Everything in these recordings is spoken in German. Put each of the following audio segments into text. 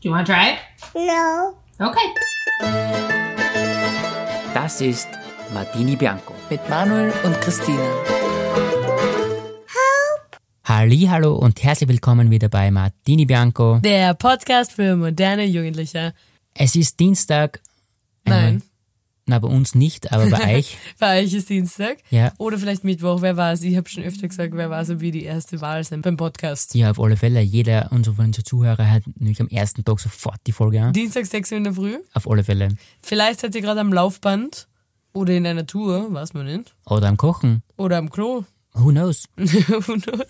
Do you want to try it? No. Okay. Das ist Martini Bianco. Mit Manuel und Christina. Hallo und herzlich willkommen wieder bei Martini Bianco. Der Podcast für moderne Jugendliche. Es ist Dienstag. Nein. Einmal- Na, bei uns nicht, aber bei euch. Bei euch ist Dienstag. Ja. Oder vielleicht Mittwoch, wer weiß. Ich habe schon öfter gesagt, wer weiß, ob wir die erste Wahl sind beim Podcast. Ja, auf alle Fälle. Jeder unserer unserer Zuhörer hat nämlich am ersten Tag sofort die Folge an. Dienstag 6 Uhr in der Früh. Auf alle Fälle. Vielleicht seid ihr gerade am Laufband oder in einer Tour, weiß man nicht. Oder am Kochen. Oder am Klo. Who knows? Who knows?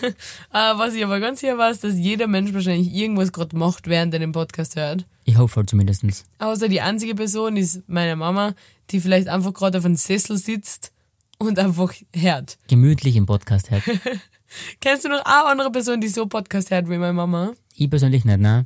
äh, was ich aber ganz sicher weiß, dass jeder Mensch wahrscheinlich irgendwas gerade macht, während er den Podcast hört. Ich hoffe halt zumindestens. Außer die einzige Person ist meine Mama, die vielleicht einfach gerade auf einem Sessel sitzt und einfach hört. Gemütlich im Podcast halt. hört. Kennst du noch eine andere Person, die so Podcast hört wie meine Mama? Ich persönlich nicht, ne?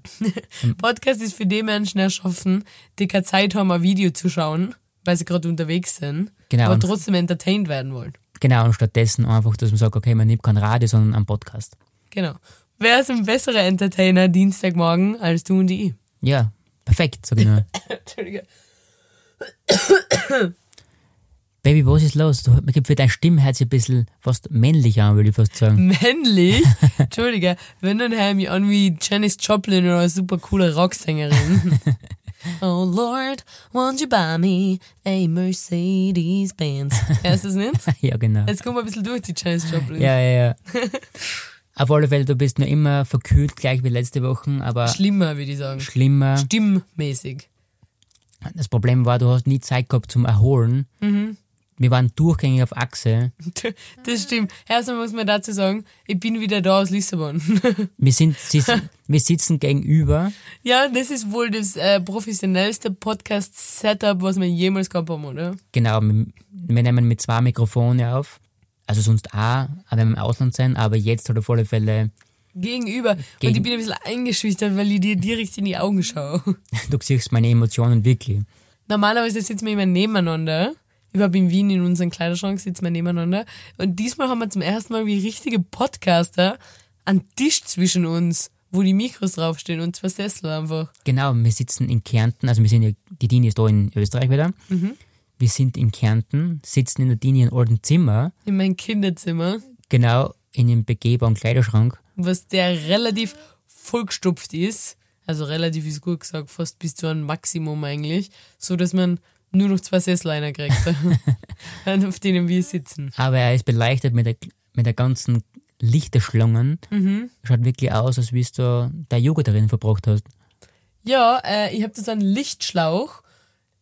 Podcast ist für die Menschen erschaffen, die keine Zeit haben, ein Video zu schauen, weil sie gerade unterwegs sind, Genau. aber trotzdem entertained werden wollen. Genau, und stattdessen einfach, dass man sagt, okay, man nimmt kein Radio, sondern einen Podcast. Genau. Wer ist ein besserer Entertainer Dienstagmorgen als du und ich? Ja, perfekt, sag ich nur. Entschuldige. Baby, was ist los? Du, mir gibt für dein Stimmherz ein bisschen fast männlich an, würde ich fast sagen. Männlich? Entschuldige. Wenn dann hör ich mich an wie Janis Joplin oder eine super coole Rocksängerin. oh Lord, won't you buy me a Mercedes-Benz? Hörst du das nicht? ja, genau. Jetzt kommen wir ein bisschen durch, die Janis Joplin. Ja, ja, ja. Auf alle Fälle, du bist nur immer verkühlt, gleich wie letzte Woche, aber Schlimmer, würde ich sagen. schlimmer. Stimmmäßig. Das Problem war, du hast nie Zeit gehabt zum Erholen. Mhm. Wir waren durchgängig auf Achse. Das stimmt. Erstmal muss man dazu sagen, ich bin wieder da aus Lissabon. Wir, sind, sis- wir sitzen gegenüber. ja, das ist wohl das äh, professionellste Podcast-Setup, was wir jemals gehabt haben, oder? Genau, wir wir nehmen mit zwei Mikrofone auf. Also sonst auch, aber wenn wir im Ausland sind. Aber jetzt halt auf alle Fälle, Gegenüber. Und Gegen- ich bin ein bisschen eingeschüchtert, weil ich dir direkt in die Augen schaue. du siehst meine Emotionen wirklich. Normalerweise sitzen wir immer nebeneinander. Ich habe in Wien in unserem Kleiderschrank sitzen wir nebeneinander. Und diesmal haben wir zum ersten Mal wie richtige Podcaster einen Tisch zwischen uns, wo die Mikros draufstehen und zwei Sessel einfach. Genau, wir sitzen in Kärnten, also wir sind ja, die Dini ist da in Österreich wieder. Wir sind in Kärnten, sitzen in der Dini in alten Zimmer, In meinem Kinderzimmer. genau in dem begehbaren Kleiderschrank. was der relativ vollgestopft ist. Also relativ ist gut gesagt, fast bis zu einem Maximum eigentlich, so dass man nur noch zwei Sessel einer kriegt, auf denen wir sitzen. Aber er ist beleuchtet mit der, mit der ganzen Lichterschlangen. Schaut wirklich aus, als wie es da der Yoga darin verbracht hast. Ja, äh, ich habe das an Lichtschlauch.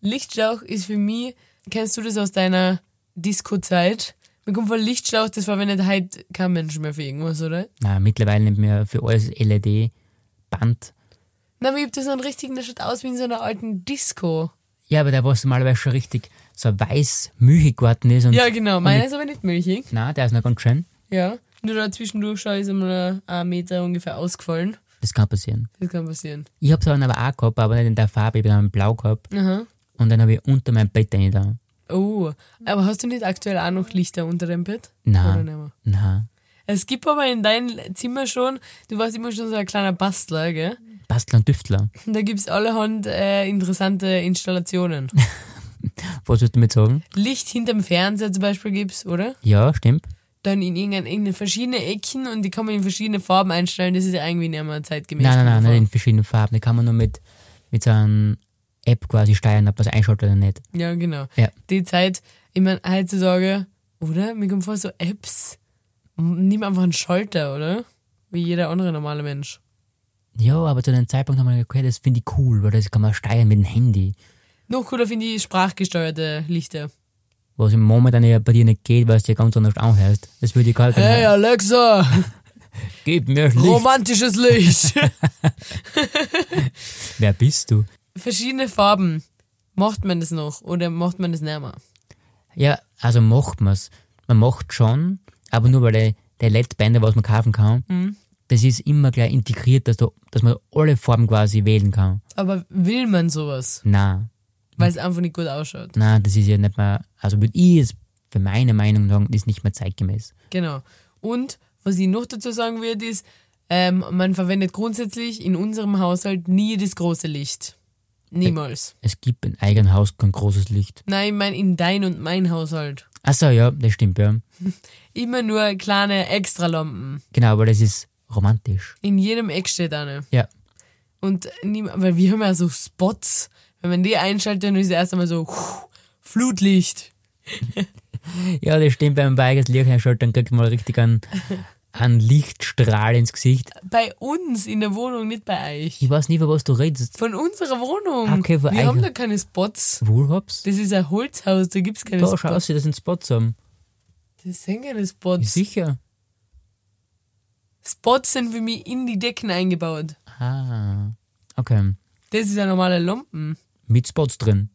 Lichtschlauch ist für mich, kennst du das aus deiner Disco-Zeit? Mir kommt von Lichtschlauch, das war, wenn nicht heute kein Mensch mehr für irgendwas, oder? Na, mittlerweile nimmt mir für alles E LED-Band. Na, aber ich hab das so einen richtigen, der schaut aus wie in so einer alten Disco. Ja, aber der war normalerweise schon richtig so weiß, mühig geworden ist. Und, Ja, genau. und Meiner ist aber nicht milchig. ich- Na, der ist noch ganz schön. Ja. Nur da zwischendurch schau, ist einmal ein Meter ungefähr ausgefallen. Das kann passieren. Das kann passieren. Ich hab's aber auch gehabt, aber nicht in der Farbe, ich hab einen Blau gehabt. Aha. Und dann habe ich unter mein Bett rein da. Oh, aber hast du nicht aktuell auch noch Lichter unter deinem Bett? Oder Nein. nicht mehr? Nein. Es gibt aber in deinem Zimmer schon, du warst immer schon so ein kleiner Bastler, gell? Bastler und Düftler. Und da gibt's allerhand äh, interessante Installationen. Was würdest du damit sagen? Licht hinterm Fernseher zum Beispiel gibt's, oder? Ja, stimmt. Dann in irgendein, irgendeine verschiedene Ecken und die kann man in verschiedene Farben einstellen. Das ist ja irgendwie nicht mehr zeitgemäß. Nein, nein, nein, Form. nicht in verschiedenen Farben. Die kann man nur mit, mit so einer App quasi steuern, ob was einschaltet oder nicht. Ja, genau. Ja. Die Zeit, ich meine, heutzutage, oder? Mir kommt vor, so Apps, m- nimm einfach einen Schalter, oder? Wie jeder andere normale Mensch. Ja, aber zu dem Zeitpunkt haben wir gedacht, okay, das finde ich cool, weil das kann man steuern mit dem Handy. Noch cooler finde ich sprachgesteuerte Lichter. Was im Moment ja bei dir nicht geht, weil es dir ganz anders anhörst. Das würde ich gar nicht Hey Alexa, Gib mir Licht. romantisches Licht. Wer bist du? Verschiedene Farben. Macht man das noch oder macht man das nicht mehr? Ja, also macht man's. Man macht schon, aber nur weil der, der LED-Bänder, was man kaufen kann, das ist immer gleich integriert, dass, du, dass man alle Farben quasi wählen kann. Aber will man sowas, Na, weil es einfach nicht gut ausschaut? na, das ist ja nicht mehr, also würde ich jetzt für meine Meinung sagen, das ist nicht mehr zeitgemäß. Genau. Und was ich noch dazu sagen würde, ist, Ähm, man verwendet grundsätzlich in unserem Haushalt nie das große Licht. Niemals. Es gibt in eigenen Haus kein großes Licht. Nein, ich mein, in dein und mein Haushalt. Achso, ja, das stimmt, ja. Immer nur kleine Extralampen. Genau, aber das ist romantisch. In jedem Eck steht eine. Ja. Und nie, weil wir haben ja so Spots. Wenn man die einschaltet, dann ist es erst einmal so puh, Flutlicht. Ja, das stimmt, wenn man bei eigenes Licht einschaltet, dann kriegt man richtig einen, einen Lichtstrahl ins Gesicht. Bei uns in der Wohnung, nicht bei euch. Ich weiß nie, von was du redest. Von unserer Wohnung. Ah, Okay, von wir euch. haben da keine Spots. Wohlhabs? Das ist ein Holzhaus, da gibt's keine Da, schau Spots. sie, das sind Spots haben. Das sind keine Spots. Sicher. Spots sind für mich in die Decken eingebaut. Ah. Okay. Das ist ja normale Lampen. Mit Spots drin.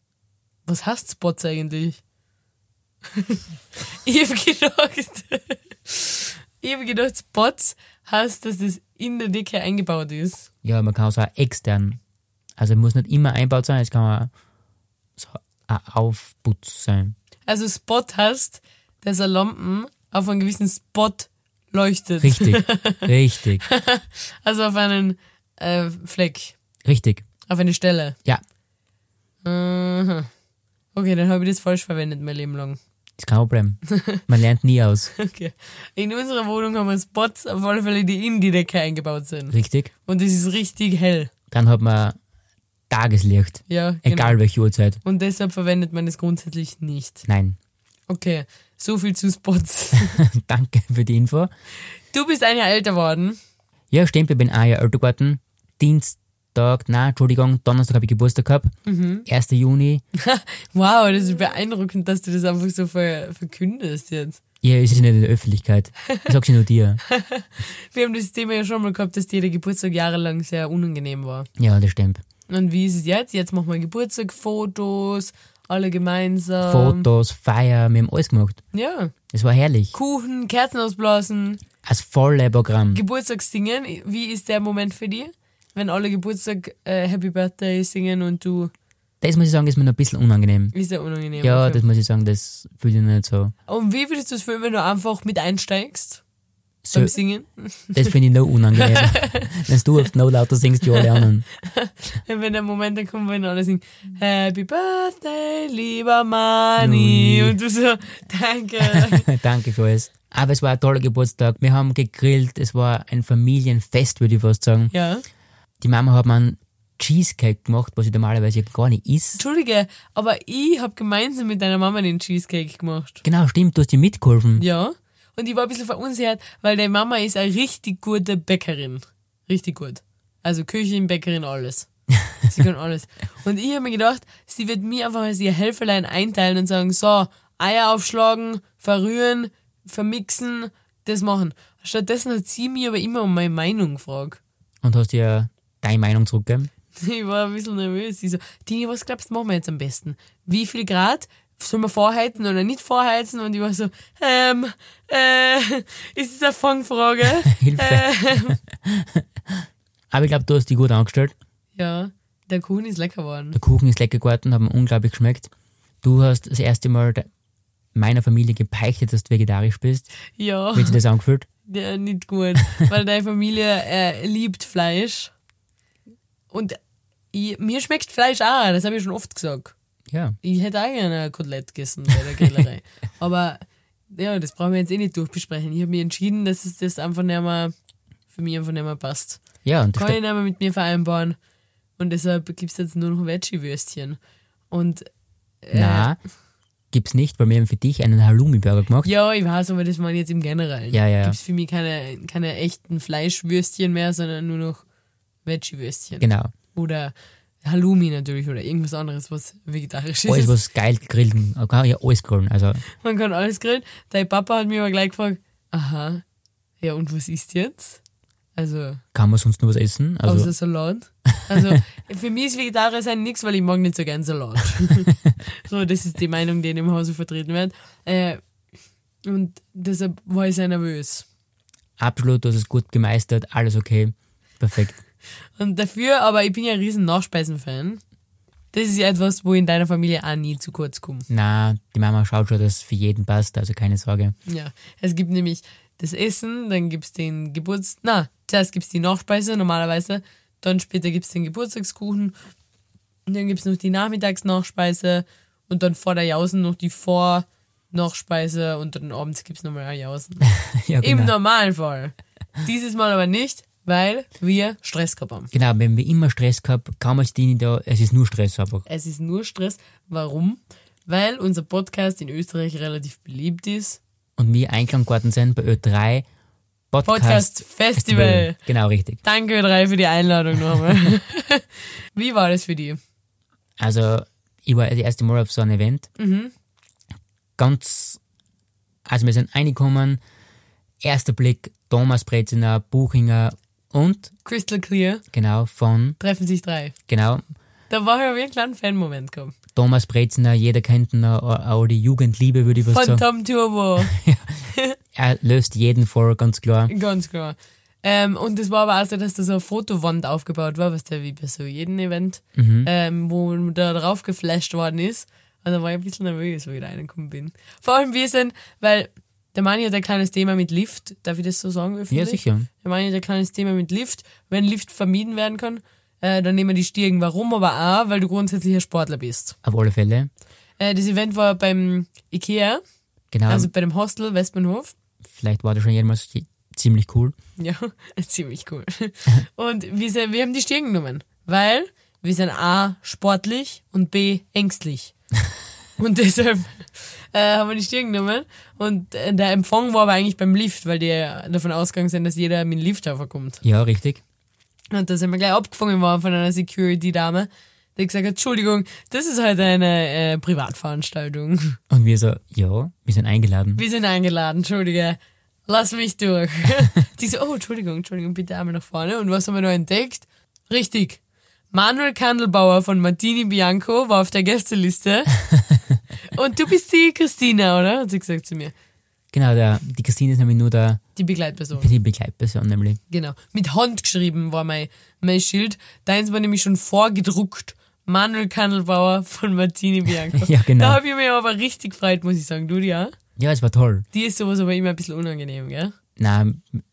Was heißt Spots eigentlich? ich hab gedacht, ich hab gedacht, Spots heißt, dass das in der Decke eingebaut ist. Ja, man kann es auch extern. Also muss nicht immer einbaut sein, es kann auch so ein Aufputz sein. Also Spot heißt, dass eine Lampen auf einen gewissen Spot leuchtet. Richtig, richtig, Also auf einen äh, Fleck, richtig. auf eine Stelle. Ja, Mhm. Okay, dann habe ich das falsch verwendet mein Leben lang. ist kein Problem. Man lernt nie aus. Okay. In unserer Wohnung haben wir Spots, auf alle Fälle, die in die Decke eingebaut sind. Richtig. Und es ist richtig hell. Dann hat man Tageslicht. Ja, genau. Egal welche Uhrzeit. Und deshalb verwendet man es grundsätzlich nicht. Nein. Okay, so viel zu Spots. Danke für die Info. Du bist ein Jahr älter worden. Ja, stimmt, ich bin ein Jahr älter geworden. Dienstag, nein, Entschuldigung, Donnerstag habe ich Geburtstag gehabt. 1. Juni. Wow, das ist beeindruckend, dass du das einfach so ver verkündest jetzt. Ja, es ist nicht in der Öffentlichkeit. Ich sag's nur dir. Wir haben das Thema ja schon mal gehabt, dass dir der Geburtstag jahrelang sehr unangenehm war. Ja, das stimmt. Und wie ist es jetzt? Jetzt machen wir Geburtstag, Fotos, alle gemeinsam. Fotos, Feier, wir haben alles gemacht. Ja. Es war herrlich. Kuchen, Kerzen ausblasen, Das volle Programm. Geburtstag singen. Wie ist der Moment für dich? Wenn alle Geburtstag äh, Happy Birthday singen und du Das muss ich sagen, ist mir noch ein bisschen unangenehm. ist ja unangenehm. Ja, okay. das muss ich sagen, das fühle ich nicht so. Und wie würdest du es fühlen, wenn du einfach mit einsteigst so beim Singen? das finde ich noch unangenehm. wenn du auf No lauter singst, die alle anderen. Wenn der Moment dann kommt, wenn alle singen Happy Birthday, lieber Mani. Juni. Und du so, danke. Danke für alles. Aber es war ein toller Geburtstag. Wir haben gegrillt. Es war ein Familienfest, würde ich fast sagen. ja. Die Mama hat mir einen Cheesecake gemacht, was ich normalerweise gar nicht isst. Entschuldige, aber ich habe gemeinsam mit deiner Mama den Cheesecake gemacht. Genau, stimmt, du hast dir mitgeholfen. Ja. Und ich war ein bisschen verunsichert, weil deine Mama ist eine richtig gute Bäckerin. Richtig gut. Also Köchin, Bäckerin, alles. Sie kann alles. Und ich habe mir gedacht, sie wird mir einfach als ihr Helferlein einteilen und sagen, so, Eier aufschlagen, verrühren, vermixen, das machen. Stattdessen hat sie mich aber immer um meine Meinung gefragt. Und hast dir deine Meinung zurückgegeben. Ich war ein bisschen nervös. Ich so, Tini, was glaubst du, machen wir jetzt am besten? Wie viel Grad? Sollen wir vorheizen oder nicht vorheizen? Und ich war so, ähm, äh, ist das eine Fangfrage? Hilfe. Ähm, Aber ich glaube, du hast dich gut angestellt. ja, der Kuchen ist lecker geworden. Der Kuchen ist lecker geworden, hat mir unglaublich geschmeckt. Du hast das erste Mal de- meiner Familie gepeichtet, dass du vegetarisch bist. Ja, Wie hat sich das angefühlt? der nicht gut, weil deine Familie äh, liebt Fleisch. Und ich, mir schmeckt Fleisch auch, das habe ich schon oft gesagt. Ja. Ich hätte auch gerne ein Kotelett gegessen bei der Grillerei. Aber ja, das brauchen wir jetzt eh nicht durchbesprechen. Ich habe mich entschieden, dass es das einfach nicht mehr, für mich einfach nicht mehr passt. Ja, und das Kann ich sta- nicht mehr mit mir vereinbaren. Und deshalb gibt es jetzt nur noch Veggie-Würstchen. Und na, gibt's nicht, weil wir haben für dich einen Halloumi-Burger gemacht. ja, ich weiß, aber das meine ich jetzt im Generellen. Ja, ja, ja. Gibt es für mich keine, keine echten Fleischwürstchen mehr, sondern nur noch Veggie-Würstchen. Genau. Oder Halloumi natürlich oder irgendwas anderes, was vegetarisch ist. Alles, was geil gegrillt, man kann ja alles grillen. Also, Man kann alles grillen. Dein Papa hat mir aber gleich gefragt, aha, ja und was ist jetzt? Also, kann man sonst nur was essen? Also, außer Salat. Also, für mich ist Vegetarier sein nichts, weil ich mag nicht so gern Salat. so, das ist die Meinung, die in dem Hause vertreten wird. Äh, und deshalb war ich sehr nervös. absolut, du hast es gut gemeistert, alles okay, perfekt. Und dafür, aber ich bin ja ein riesen Nachspeisen-Fan. Das ist ja etwas, wo in deiner Familie auch nie zu kurz kommt. Na, die Mama schaut schon, dass es für jeden passt, also keine Sorge. Ja, es gibt nämlich das Essen, dann gibt's den Geburtstag, na, Zuerst gibt es die Nachspeise normalerweise, dann später gibt es den Geburtstagskuchen, und dann gibt es noch die Nachmittagsnachspeise und dann vor der Jausen noch die Vor-Nachspeise und dann abends gibt es nochmal eine Jausen. ja, Im genau. normalen Fall. Dieses Mal aber nicht, weil wir Stress gehabt haben. genau, wenn wir immer Stress gehabt, kaum als die da, es ist nur Stress einfach. Es ist nur Stress. Warum? Weil unser Podcast in Österreich relativ beliebt ist. Und wir eingeladen geworden sind bei Ö3 Podcast, Podcast Festival. Genau, richtig. Danke, ihr drei, für die Einladung nochmal. Wie war das für die? Also, ich war das erste Mal auf so einem Event. Mhm. Ganz, also wir sind reingekommen, erster Blick, Thomas Breziner, Buchinger und, Crystal Clear genau, von, treffen sich drei. genau, Da war ja wirklich einen kleinen Fan-Moment gekommen. Thomas Breziner, jeder kennt ihn, auch auch die Jugendliebe, würde ich fast Von sagen. Tom Turbo. Er löst jeden vor, ganz klar. Ganz klar. Ähm, und es war aber auch so, dass da so eine Fotowand aufgebaut war, was der wie bei so jedem Event, Mhm. ähm, wo da drauf geflasht worden ist. Und da war ich ein bisschen nervös, wo ich da reingekommen bin. Vor allem wir sind, weil der Mani hat ein kleines Thema mit Lift. Darf ich das so sagen? Ja, öffentlich? sicher. Der Mani hat ein kleines Thema mit Lift. Wenn Lift vermieden werden kann, äh, dann nehmen wir die Stiegen. Warum aber auch? Weil du grundsätzlich ein Sportler bist. Auf alle Fälle. Äh, das Event war beim Ikea, Genau. also bei dem Hostel Westbahnhof. vielleicht war das schon jemals zi- ziemlich cool. Ja, ziemlich cool. Und wir, sind, wir haben die Stirn genommen, weil wir sind A, sportlich und B, ängstlich. Und deshalb äh, haben wir die Stirn genommen. Und äh, der Empfang war aber eigentlich beim Lift, weil die davon ausgegangen sind, dass jeder mit dem Lift raufkommt. Ja, richtig. Und da sind wir gleich abgefangen worden von einer Security-Dame, die gesagt hat, Entschuldigung, das ist heute eine äh, Privatveranstaltung. Und wir so, ja, wir sind eingeladen. Wir sind eingeladen, Entschuldige. Lass mich durch. Sie so, oh, Entschuldigung, Entschuldigung, bitte einmal nach vorne. Und was haben wir noch entdeckt? Richtig. Manuel Kandelbauer von Martini Bianco war auf der Gästeliste. Und du bist die Christina, oder? Hat sie gesagt zu mir. Genau, der, die Christine ist nämlich nur der, Die Begleitperson. die Begleitperson, nämlich. Genau. Mit Hand geschrieben war mein, mein Schild. Deins war nämlich schon vorgedruckt. Manuel Kandelbauer von Martini Bianco. Ja, genau. Da habe ich mich aber richtig gefreut, muss ich sagen. Du, die auch? Ja, es war toll. Die ist sowas aber immer ein bisschen unangenehm, gell? Na,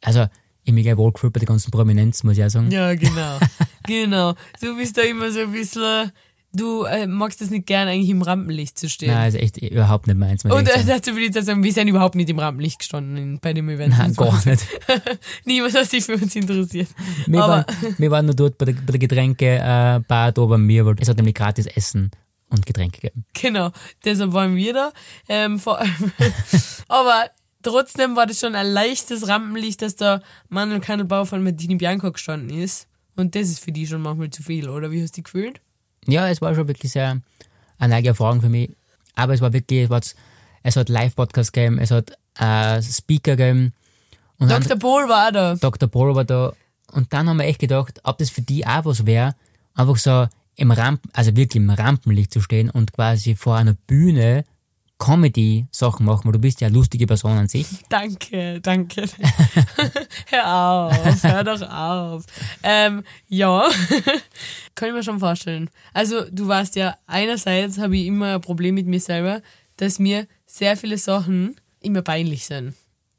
also, ich mich gleich wohlgefühlt bei der ganzen Prominenz, muss ich auch sagen. Ja, genau. genau. Du bist da immer so ein bisschen. Du äh, magst es nicht gern, eigentlich im Rampenlicht zu stehen. Nein, also echt überhaupt nicht meins. muss ich Und echt äh, sagen. dazu will ich jetzt sagen, wir sind überhaupt nicht im Rampenlicht gestanden in, bei dem Event. Nein, gar nicht. Niemand hat sich für uns interessiert. Wir waren, Aber- wir waren nur dort bei der, bei der Getränke, äh, Bar da bei mir, weil es hat nämlich gratis Essen und Getränke gegeben. Genau, deshalb waren wir da. Ähm, vor allem. Aber trotzdem war das schon ein leichtes Rampenlicht, dass da Manuel Kandelbau von Martini Bianco gestanden ist. Und das ist für die schon manchmal zu viel, oder? Wie hast du dich gefühlt? Ja, es war schon wirklich sehr eine neue Erfahrung für mich. Aber es war wirklich, es, war, es hat Live-Podcast gegeben, es hat äh, Speaker gegeben. Und dann- Dr. Paul war auch da. Dr. Paul war da. Und dann haben wir echt gedacht, ob das für die auch was wäre, einfach so im Rampen, also wirklich im Rampenlicht zu stehen und quasi vor einer Bühne Comedy-Sachen machen, weil du bist ja eine lustige Person an sich. Danke, danke. hör auf, hör doch auf. Ähm, ja, kann ich mir schon vorstellen. Also du warst ja, einerseits habe ich immer ein Problem mit mir selber, dass mir sehr viele Sachen immer peinlich sind.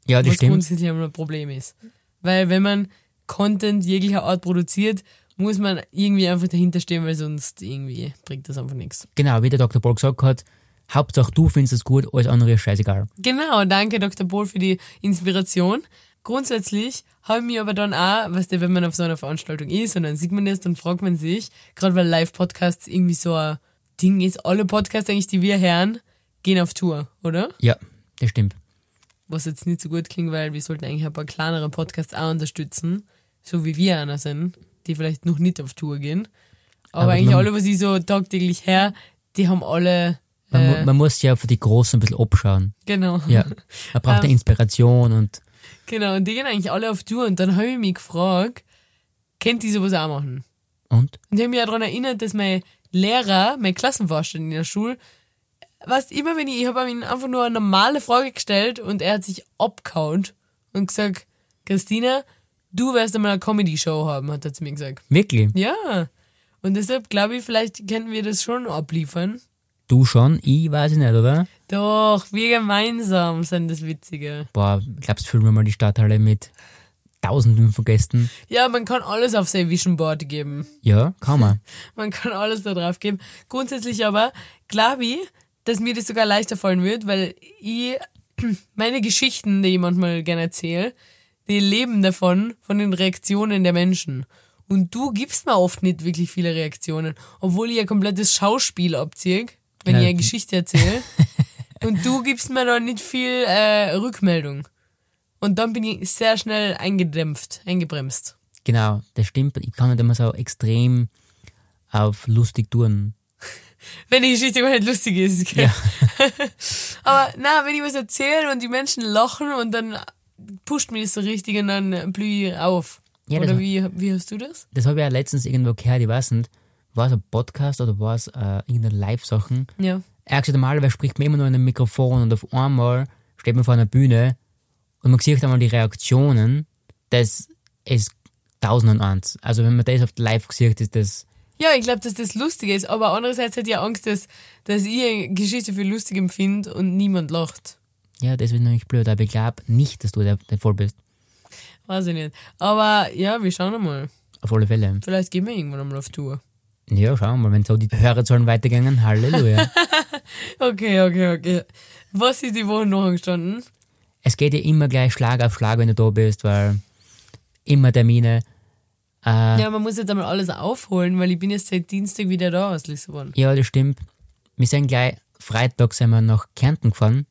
Ja, das was stimmt. grundsätzlich einmal ein Problem ist. Weil wenn man Content jeglicher Art produziert, muss man irgendwie einfach dahinter stehen, weil sonst irgendwie bringt das einfach nichts. Genau, wie der Dr. Paul gesagt hat, Hauptsache du findest es gut, alles andere ist scheißegal. Genau, danke Dr. Bohl für die Inspiration. Grundsätzlich habe ich mich aber dann auch, weißt du, wenn man auf so einer Veranstaltung ist und dann sieht man das, dann fragt man sich, gerade weil Live-Podcasts irgendwie so ein Ding ist, alle Podcasts eigentlich, die wir hören, gehen auf Tour, oder? Ja, das stimmt. Was jetzt nicht so gut klingt, weil wir sollten eigentlich ein paar kleinere Podcasts auch unterstützen, so wie wir einer sind, die vielleicht noch nicht auf Tour gehen. Aber, Aber eigentlich man- alle, was ich so tagtäglich höre, die haben alle... Man, mu- Äh, man muss ja für die Großen ein bisschen abschauen. genau. Ja, man braucht eine Inspiration und Genau, und die gehen eigentlich alle auf Tour. Und dann habe ich mich gefragt, könnt die sowas auch machen? und Und ich habe mich auch daran erinnert, dass mein Lehrer, mein Klassenvorstand in der Schule, was immer wenn ich, ich habe ihm einfach nur eine normale Frage gestellt und er hat sich abgehauen und gesagt, Christina, du wirst einmal eine Comedy-Show haben, hat er zu mir gesagt. wirklich, Ja. Und deshalb glaube ich, vielleicht könnten wir das schon abliefern. du schon, ich weiß es nicht, oder? Doch, wir gemeinsam sind das Witzige. Boah, glaubst du, füllen wir mal die Stadthalle mit tausenden von Gästen. Ja, man kann alles aufs Vision Board geben. Ja, kann man. Man kann alles da drauf geben. Grundsätzlich aber glaube ich, dass mir das sogar leichter fallen wird, weil ich meine Geschichten, die ich manchmal gerne erzähle, die leben davon, von den Reaktionen der Menschen. Und du gibst mir oft nicht wirklich viele Reaktionen, obwohl ich ein komplettes Schauspiel abziehe, wenn Ja. ich eine Geschichte erzähle. Und du gibst mir da nicht viel äh, Rückmeldung. Und dann bin ich sehr schnell eingedämpft, eingebremst. Genau, das stimmt. Ich kann nicht immer so extrem auf lustig tun. Wenn die Geschichte gar nicht lustig ist. Gell? Ja. Aber na, wenn ich was erzähle und die Menschen lachen und dann pusht mich das so richtig und dann blühe ich auf. Ja, das- Oder wie, wie hast du das? Das habe ich ja letztens irgendwo gehört, ich weiß nicht, war es ein Podcast oder war es äh, irgendeine Live-Sachen? Ja. Er hat gesagt, normalerweise spricht man immer nur in einem Mikrofon und auf einmal steht man vor einer Bühne und man sieht einmal die Reaktionen, das ist 1001. Also wenn man das auf live sieht, ist das, Ja, ich glaube, dass das lustig ist, aber andererseits hat ja Angst, dass, dass ich eine Geschichte für lustig empfinde und niemand lacht. ja, das wird nämlich blöd, aber ich glaube nicht, dass du der, der voll bist. Weiß ich nicht. Aber ja, wir schauen mal. Auf alle Fälle. Vielleicht gehen wir irgendwann einmal auf Tour. Ja, schauen wir mal, wenn so die Hörerzahlen weitergehen, Halleluja. Okay, okay, okay. Was ist die Woche noch angestanden? es geht ja immer gleich Schlag auf Schlag, wenn du da bist, weil immer Termine. Äh, ja. Ja, man muss jetzt einmal alles aufholen, weil ich bin jetzt seit Dienstag wieder da aus Lissabon. das stimmt. Wir sind gleich, Freitag sind wir nach Kärnten gefahren,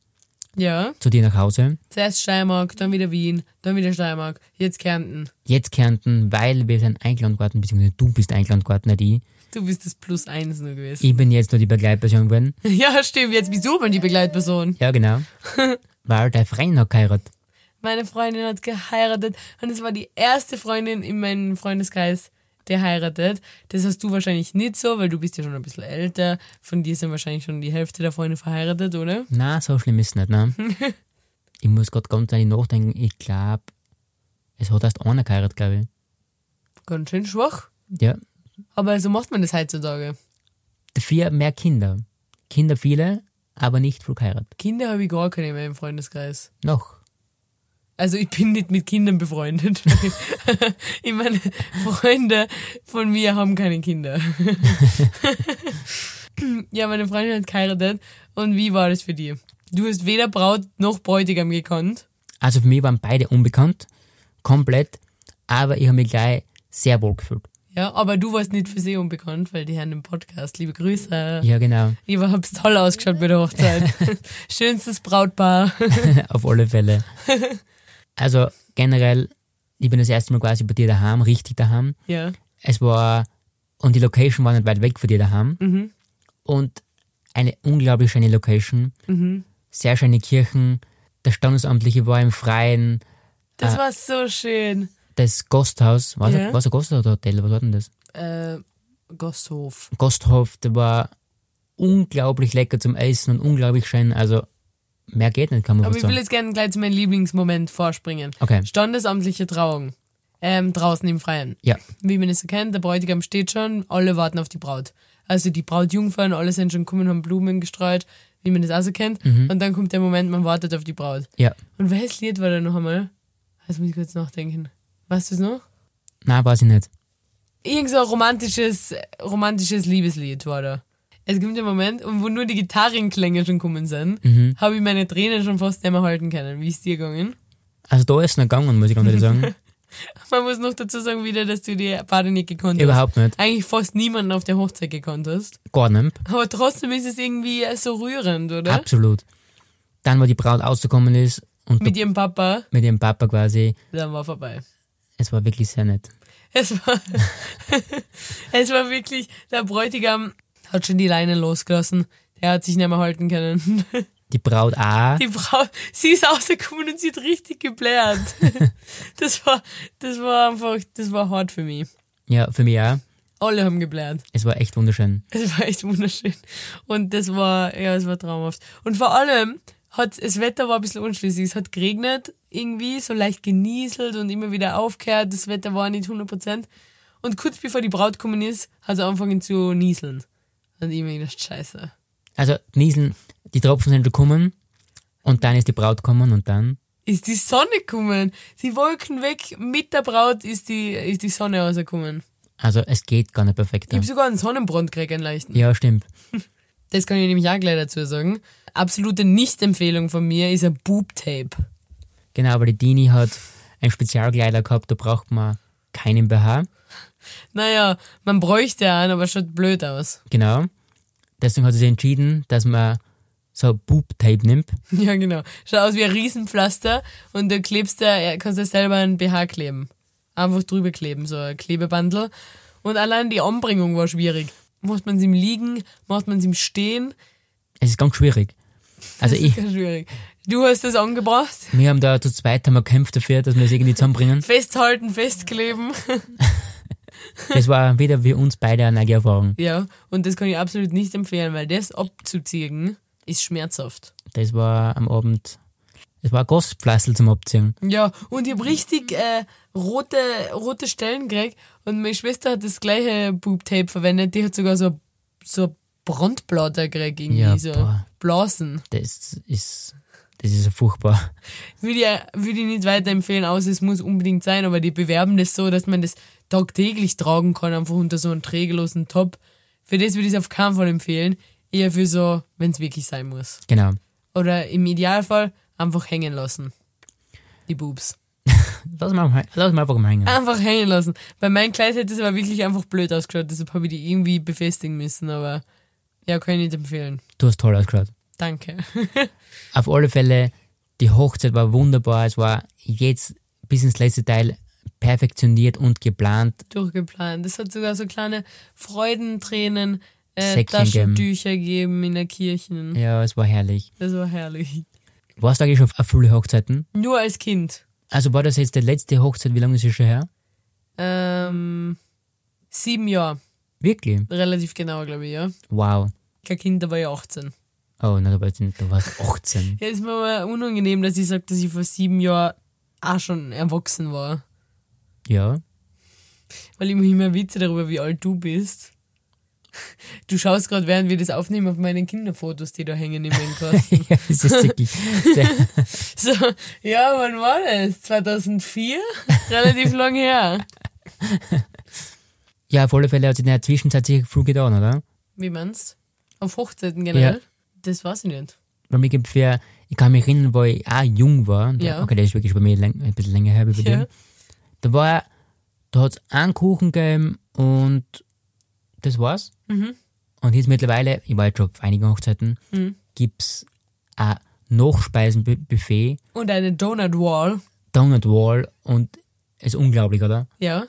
Ja. zu dir nach Hause. Zuerst Steiermark, dann wieder Wien, dann wieder Steiermark, jetzt Kärnten. jetzt Kärnten, weil wir sind eingeladen worden, beziehungsweise du bist eingeladen worden, nicht ich. Du bist das Plus eins nur gewesen. Ich bin jetzt nur die Begleitperson geworden. Ja, stimmt, jetzt bist du mal die Begleitperson. Ja, genau. weil dein Freund hat geheiratet. Meine Freundin hat geheiratet und es war die erste Freundin in meinem Freundeskreis, der heiratet. Das hast du wahrscheinlich nicht so, weil du bist ja schon ein bisschen älter. Von dir sind wahrscheinlich schon die Hälfte der Freunde verheiratet, oder? Na, so schlimm ist es nicht, ne? ich muss gerade ganz ehrlich nachdenken. Ich glaube, es hat erst einer geheiratet, glaube Ganz schön schwach. ich. Ja. Aber so macht man das heutzutage. Dafür mehr Kinder. Kinder viele, aber nicht viel geheiratet. Kinder habe ich gar keine mehr im Freundeskreis. Noch. Also ich bin nicht mit Kindern befreundet. ich meine, Freunde von mir haben keine Kinder. ja, meine Freundin hat geheiratet. Und wie war das für dich? Du hast weder Braut noch Bräutigam gekannt. Also für mich waren beide unbekannt. Komplett. Aber ich habe mich gleich sehr wohl gefühlt. Ja, aber du warst nicht für sie unbekannt, weil die haben einen Podcast. Liebe Grüße. Ja, genau. Ihr habt toll ausgeschaut bei der Hochzeit. Schönstes Brautpaar. Auf alle Fälle. Also generell, ich bin das erste Mal quasi bei dir daheim, richtig daheim. Ja. Es war, und die Location war nicht weit weg von dir daheim. Mhm. Und eine unglaublich schöne Location, Mhm. sehr schöne Kirchen, der Standesamtliche war im Freien, Das war so schön. das Gasthaus, war Ja. es ein Gasthaus oder Hotel, was war denn das? Äh, Gasthof. Gasthof, der war unglaublich lecker zum Essen und unglaublich schön, also mehr geht nicht, kann man Aber fast ich will sagen. jetzt gerne gleich zu meinem Lieblingsmoment vorspringen. Okay, Standesamtliche Trauung. Ähm, draußen im Freien. ja, Wie man es so kennt, der Bräutigam steht schon, alle warten auf die Braut. Also die Brautjungfern, alle sind schon gekommen, haben Blumen gestreut, wie man das auch so kennt. Und dann kommt der Moment, man wartet auf die Braut. ja. Und welches Lied war da noch einmal? Das muss ich kurz nachdenken. Weißt du es noch? Nein, weiß ich nicht. Irgend so ein romantisches, romantisches Liebeslied war da. Es gibt einen Moment, und wo nur die Gitarrenklänge schon kommen sind, habe ich meine Tränen schon fast nicht mehr halten können. Wie ist dir gegangen? Also da ist es noch gegangen, muss ich ganz ehrlich sagen. Man muss noch dazu sagen wieder, dass du die Party nicht gekonnt hast. Überhaupt nicht. Eigentlich fast niemanden auf der Hochzeit gekonnt hast. Gar nicht. Aber trotzdem ist es irgendwie so rührend, oder? Absolut. Dann, wo die Braut ausgekommen ist und Mit mit, ihrem Papa, mit ihrem Papa quasi, dann war vorbei. es war wirklich sehr nett. Es war, es war wirklich, der Bräutigam hat schon die Leine losgelassen. Der hat sich nicht mehr halten können. Die Braut auch. Die Frau, sie ist rausgekommen und sie hat richtig geblärt. Das war, das war einfach, das war hart für mich. Ja, für mich auch. Alle haben geblärt. Es war echt wunderschön. Es war echt wunderschön. Und das war, ja, es war traumhaft. Und vor allem hat das Wetter war ein bisschen unschlüssig. Es hat geregnet, irgendwie, so leicht genieselt und immer wieder aufgehört. Das Wetter war nicht 100%. Und kurz bevor die Braut gekommen ist, hat sie angefangen zu nieseln. Und ich mir gedacht, scheiße. Also, Nieseln, die Tropfen sind gekommen und dann ist die Braut gekommen und dann ist die Sonne gekommen. Die Wolken weg, mit der Braut ist die, ist die Sonne rausgekommen. Also es geht gar nicht perfekt. Ich habe sogar einen Sonnenbrand gekriegt, einen leichten. Ja, stimmt. Das kann ich nämlich auch gleich dazu sagen. Absolute Nicht-Empfehlung von mir ist ein Boob-Tape. Genau, aber die Dini hat ein Spezialkleider gehabt, da braucht man keinen BH. Naja, man bräuchte einen, aber schaut blöd aus. Genau. Deswegen hat sie sich entschieden, dass man so Boob-Tape nimmt. Ja, genau. Schaut aus wie ein Riesenpflaster und du klebst da, ja, kannst dir selber einen BH kleben. Einfach drüber kleben, so ein Klebebandel. Und allein die Anbringung war schwierig. Macht man es im Liegen, macht man es im Stehen. Es ist ganz schwierig. Also Das ist ich, ganz schwierig. Du hast das angebracht. wir haben da zu zweit haben wir gekämpft dafür, dass wir das irgendwie zusammenbringen. Festhalten, festkleben. Das war wieder für uns beide eine neue Erfahrung. Ja, und das kann ich absolut nicht empfehlen, weil das abzuziehen ist schmerzhaft. Das war am Abend, es war ein Gosspflaster zum Abziehen. Ja, und ich hab richtig äh, rote, rote Stellen gekriegt und meine Schwester hat das gleiche Boob-Tape verwendet, die hat sogar so, so Brandblatter gekriegt, irgendwie Ja, so boah. Blasen. Das ist, das ist ja furchtbar. Würde ich, würde ich nicht weiterempfehlen, außer es muss unbedingt sein, aber die bewerben das so, dass man das tagtäglich tragen kann, einfach unter so einem trägerlosen Top. Für das würde ich es auf keinen Fall empfehlen, eher für so, wenn es wirklich sein muss. Genau. Oder im Idealfall einfach hängen lassen. Die Boobs. Lass mal, am- lass mal einfach mal hängen. Einfach hängen lassen. Bei meinem Kleid hätte es aber wirklich einfach blöd ausgeschaut, deshalb habe ich die irgendwie befestigen müssen, aber ja, kann ich nicht empfehlen. Du hast toll ausgeschaut. Danke. Auf alle Fälle, die Hochzeit war wunderbar. Es war jetzt bis ins letzte Teil perfektioniert und geplant. Durchgeplant. Es hat sogar so kleine Freudentränen, äh, Säckchen geben. Taschentücher gegeben in der Kirche. Ja, es war herrlich. Das war herrlich. Warst du eigentlich schon auf viele Hochzeiten? Nur als Kind. Also war das jetzt die letzte Hochzeit? Wie lange ist sie schon her? Ähm, sieben Jahre, Wirklich? relativ genau, glaube ich, ja. Wow. Kein Kind, da war ich 18. Oh, na, du warst, nicht- du warst 18. Ja, ist mir aber unangenehm, dass ich sage, dass ich vor sieben Jahren auch schon erwachsen war. Ja. Weil ich mache immer Witze darüber, wie alt du bist. Du schaust gerade, während wir das aufnehmen, auf meine Kinderfotos, die da hängen in meinem Kasten. ja, das ist wirklich sehr, so, ja, wann war das? 2004? Relativ lang her. Ja, auf alle Fälle hat sich in der Zwischenzeit sicher viel getan, oder? Wie meinst Auf Hochzeiten generell? Ja. Das weiß ich nicht. Bei mir gibt's ja, ich kann mich erinnern, wo ich auch jung war. und Ja. Okay, das ist wirklich bei mir läng, ein bisschen länger her, wie bei Ja. dir. Da war, da hat's einen Kuchen gegeben und das war's. Und jetzt mittlerweile, ich war jetzt schon auf einigen Hochzeiten, gibt's ein Nachspeisenbuffet, Und eine Donut Wall. Donut Wall und ist unglaublich, oder? Ja.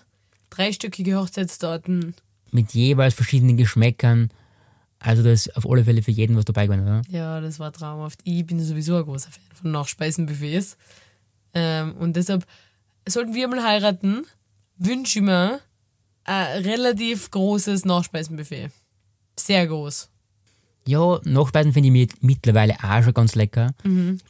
Dreistöckige Hochzeitstorten. Mit jeweils verschiedenen Geschmäckern. Also da ist auf alle Fälle für jeden was dabei gewesen, oder? Ja, das war traumhaft. Ich bin sowieso ein großer Fan von Nachspeisenbuffets. Ähm, und deshalb sollten wir mal heiraten, wünsche ich mir ein relativ großes Nachspeisenbuffet. Sehr groß. Ja, Nachspeisen finde ich mit, mittlerweile auch schon ganz lecker.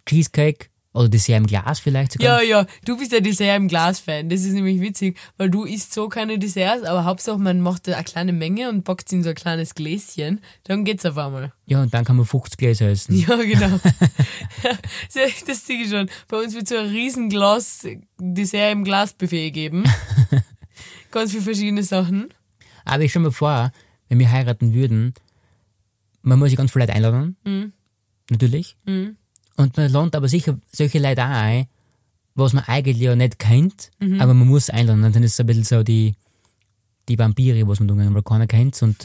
Cheesecake oder Dessert im Glas vielleicht sogar. Mhm. Ja, ja, du bist ja Dessert im Glas-Fan. Das ist nämlich witzig, weil du isst so keine Desserts, aber Hauptsache man macht da eine kleine Menge und packt sie in so ein kleines Gläschen. Dann geht's auf einmal. Ja, und dann kann man 50 Gläser essen. Ja, genau. Ja, das sehe ich schon. Bei uns wird so ein riesen Glas Dessert im Glasbuffet geben. Ganz viele verschiedene Sachen. Aber ich stelle mir vor, wenn wir heiraten würden, man muss sich ganz viele Leute einladen. Mhm. Natürlich. Und man lernt aber sicher solche Leute auch ein, was man eigentlich ja nicht kennt, Mhm. aber man muss einladen. Und dann ist es ein bisschen so die, die Vampire, was man tun weil keiner kennt. Und,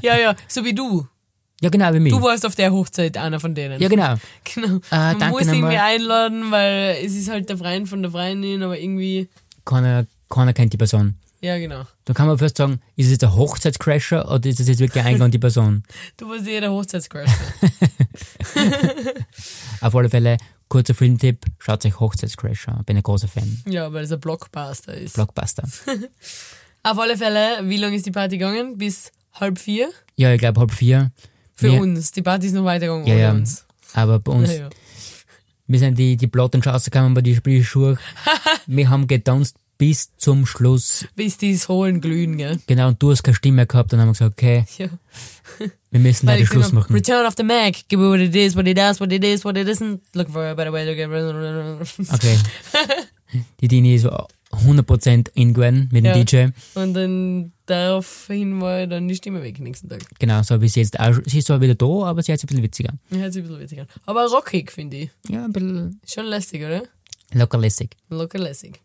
Ja, ja, so wie du. ja, genau, wie mich. Mhm. Du warst auf der Hochzeit einer von denen. ja, genau. genau. Ah, Man danke muss irgendwie nochmal. einladen, weil es ist halt der Freien von der Freien, aber irgendwie, Keiner, keiner kennt die Person. ja, genau. Da kann man fast sagen, ist es jetzt ein Hochzeitscrasher oder ist es jetzt wirklich eine eingeladene Person? Du warst eh der Hochzeitscrush. Auf alle Fälle, kurzer Filmtipp, schaut euch Hochzeitscrasher an. Bin ein großer Fan. ja, weil es ein Blockbuster ist. Blockbuster. Auf alle Fälle, wie lange ist die Party gegangen? Bis halb vier? Ja, ich glaube halb vier. Für Wir- uns. Die Party ist noch weitergegangen Ja, ohne ja. uns. Aber bei uns, Ja, ja. wir sind die, die Platten schon rausgekommen bei die Spielschuhe. wir haben getanzt bis zum Schluss. Bis die es holen, glühen, gell? Genau, und du hast keine Stimme mehr gehabt, dann haben wir gesagt, okay, Ja. wir müssen heute gesehen Schluss hab, machen. Return of the Mac. Give me what it is, what it does, what it is, what it isn't. Look for a better way to get rid of it. Okay. Die Dini ist 100% in geworden mit dem Ja. DJ. Und dann daraufhin war dann die Stimme weg nächsten Tag. Genau, so wie sie jetzt auch, sie ist zwar wieder da, aber sie hat sich ein bisschen witziger. Hört sich ein bisschen witzig an. Aber rockig, finde ich. Ja, ein bisschen Schon lästig, oder? locker lässig. Locker lässig.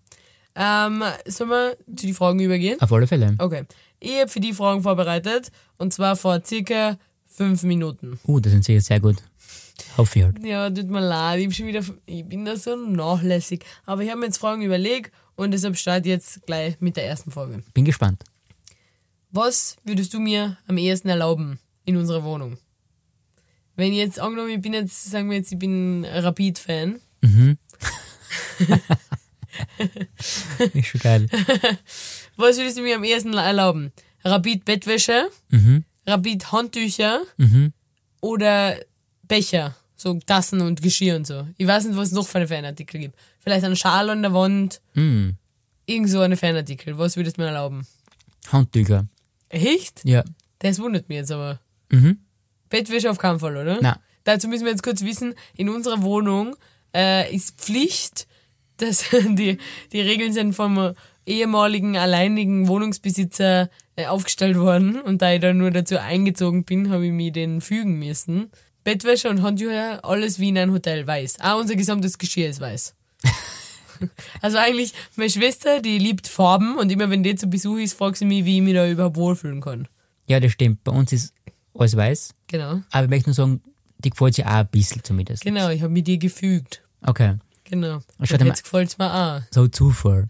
Ähm, sollen wir zu den Fragen übergehen? Auf alle Fälle. Okay. Ich habe für die Fragen vorbereitet. Und zwar vor circa fünf Minuten. Uh, das sind sie jetzt sehr gut. Hoffe ich halt. Ja, tut mir leid. Ich bin, schon wieder, ich bin da so nachlässig. Aber ich habe mir jetzt Fragen überlegt und deshalb starte ich jetzt gleich mit der ersten Frage. Bin gespannt. Was würdest du mir am ehesten erlauben in unserer Wohnung? Wenn ich jetzt angenommen, ich bin jetzt, sagen wir jetzt, ich bin Rapid-Fan. Ist schon geil. Was würdest du mir am ehesten erlauben? Rapid-Bettwäsche, Rapid-Handtücher oder Becher, so Tassen und Geschirr und so. Ich weiß nicht, was es noch für eine Fanartikel gibt. Vielleicht ein Schal an der Wand, Mm, irgend so eine Fanartikel. Was würdest du mir erlauben? Handtücher. Echt? Ja. Das wundert mich jetzt aber. Mhm. Bettwäsche auf keinen Fall, oder? Na, Dazu müssen wir jetzt kurz wissen, in unserer Wohnung äh, ist Pflicht, dass die, die Regeln sind vom ehemaligen alleinigen Wohnungsbesitzer äh, aufgestellt worden und da ich da nur dazu eingezogen bin, habe ich mich denen fügen müssen. Bettwäsche und Handtücher, alles wie in einem Hotel, weiß. Ah, unser gesamtes Geschirr ist weiß. also eigentlich, meine Schwester, die liebt Farben und immer wenn die zu Besuch ist, fragt sie mich, wie ich mich da überhaupt wohlfühlen kann. ja, das stimmt. Bei uns ist alles weiß. Genau. Aber ich möchte nur sagen, die gefällt sich auch ein bisschen zumindest. Genau, ich habe mit ihr gefügt. Okay. Genau. Und Und schaut jetzt gefällt es mir auch. So Zufall.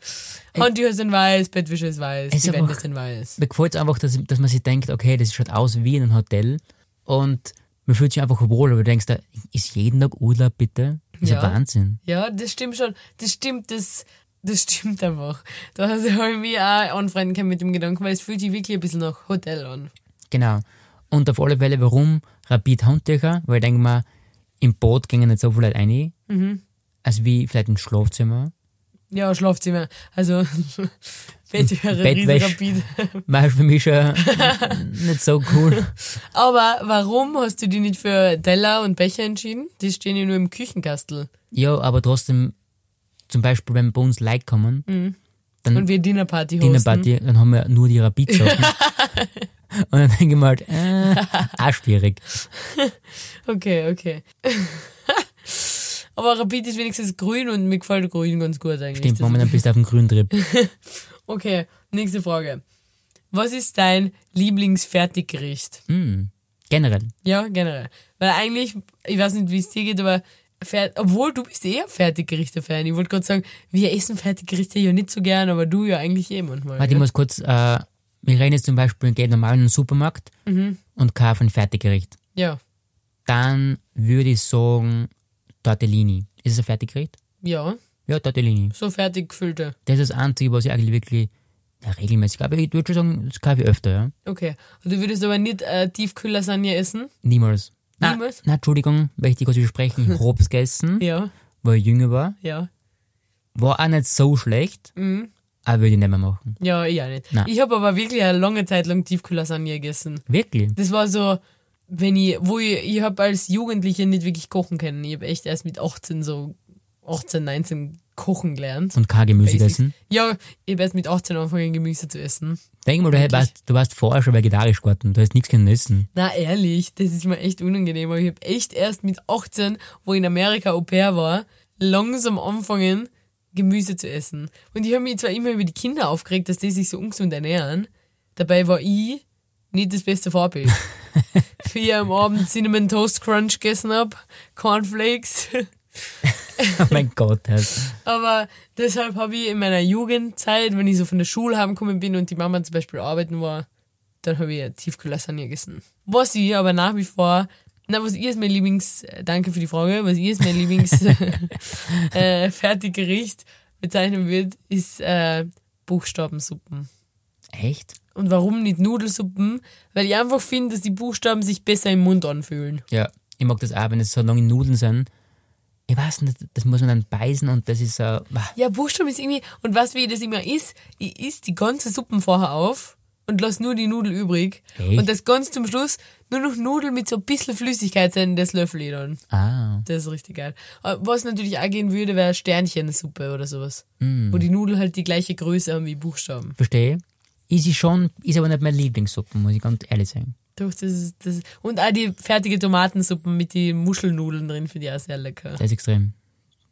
Handtücher sind weiß, Bettwäsche ist weiß, Es die ist Wände einfach- sind weiß. Mir gefällt es einfach, dass, dass man sich denkt, okay, das schaut aus wie in einem Hotel. Und man fühlt sich einfach wohl, aber du denkst, da ist jeden Tag Urlaub bitte? Das ist ja Ja. Wahnsinn. Ja, das stimmt schon. Das stimmt, das, das stimmt einfach. Da habe ich mich auch anfreunden können mit dem Gedanken, weil es fühlt sich wirklich ein bisschen nach Hotel an. Genau. Und auf alle Fälle, warum Rapid Handtücher? Weil ich denke mal, im Boot gingen nicht so viele Leute rein. Mhm. Also wie vielleicht im Schlafzimmer. Ja, Schlafzimmer. Also, Bettwäsche, Bettwäsche. riesen rapid. War für mich schon nicht so cool. Aber warum hast du dich nicht für Teller und Becher entschieden? Die stehen ja nur im Küchenkastel. Ja, aber trotzdem, zum Beispiel, wenn bei uns Leute kommen, Mhm. Und wir Dinnerparty hosten. Dinnerparty, dann haben wir nur die rapid sachen Und dann denke ich mir halt, äh, auch schwierig. Okay, okay. Aber Rapid ist wenigstens grün und mir gefällt grün ganz gut eigentlich. Stimmt, Das- momentan bist du auf dem grünen Trip. Okay, nächste Frage. Was ist dein Lieblingsfertiggericht? Mm, generell. Ja, generell. Weil eigentlich, ich weiß nicht, wie es dir geht, aber Fer- obwohl du bist eher Fertiggerichte-Fan. Ich wollte gerade sagen, wir essen Fertiggerichte ja nicht so gern, aber du ja eigentlich eh manchmal. Warte, ich gell? muss kurz, äh, wir reden jetzt zum Beispiel, gehen normal in einen Supermarkt Mhm. und kaufen ein Fertiggericht. ja, Dann würde ich sagen, Tortellini. Ist es ein Fertiggericht? ja, Ja, Tortellini. so fertig gefüllte. Das ist das Einzige, was ich eigentlich wirklich ja, regelmäßig, aber ich würde schon sagen, das kaufe ich öfter, ja. Okay. Und du würdest aber nicht äh, Tiefkühler-Sanja essen? Niemals. Na, Niemals? Na, Entschuldigung, möchte ich kurz widersprechen. Ich hab's gegessen, Ja, weil ich jünger war. ja. War auch nicht so schlecht, Mhm. aber würde ich nicht mehr machen. Ja, ich auch nicht. Nein. Ich habe aber wirklich eine lange Zeit lang Tiefkühlersagne gegessen. Wirklich? Das war so, wenn ich, wo ich, ich habe als Jugendliche nicht wirklich kochen können. Ich habe echt erst mit 18 so, 18, 19 kochen gelernt. Und kein Gemüse Basics. essen? Ja, ich habe erst mit 18 angefangen Gemüse zu essen. Denk mal, du, hätt- warst, du warst vorher schon vegetarisch geworden, du hast nichts können essen. Na ehrlich, das ist mir echt unangenehm. Aber ich habe echt erst mit 18, wo ich in Amerika Au pair war, langsam angefangen Gemüse zu essen. Und ich habe mich zwar immer über die Kinder aufgeregt, dass die sich so ungesund ernähren. Dabei war ich nicht das beste Vorbild. Wie ich am Abend Cinnamon Toast Crunch gegessen hab, Cornflakes. Oh mein Gott, das. Aber deshalb habe ich in meiner Jugendzeit, wenn ich so von der Schule heimgekommen bin und die Mama zum Beispiel arbeiten war, dann habe ich eine Tiefkühllasagne gegessen. Was ich aber nach wie vor, na, was ich ist mein Lieblings, äh, danke für die Frage, was ich ist mein Lieblings äh, Fertiggericht bezeichnen wird, ist äh, Buchstabensuppen. Echt? Und warum nicht Nudelsuppen? Weil ich einfach finde, dass die Buchstaben sich besser im Mund anfühlen. Ja, ich mag das auch, wenn es so lange Nudeln sind. ich weiß nicht, das muss man dann beißen und das ist äh, so, wah, Ja, Buchstaben ist irgendwie, und was wie ich das immer isst, ich isst die ganze Suppen vorher auf und lass nur die Nudel übrig. Echt? Und das ganz zum Schluss nur noch Nudel mit so ein bisschen Flüssigkeit sein, das löffel ich dann. ah, Das ist richtig geil. Äh, Was natürlich auch gehen würde, wäre Sternchensuppe oder sowas. Hm. Wo die Nudeln halt die gleiche Größe haben wie Buchstaben. verstehe. Ist ich schon, ist aber nicht meine Lieblingssuppe, muss ich ganz ehrlich sagen. Doch, das ist, das ist, und auch die fertige Tomatensuppe mit den Muschelnudeln drin finde ich auch sehr lecker. Das ist extrem.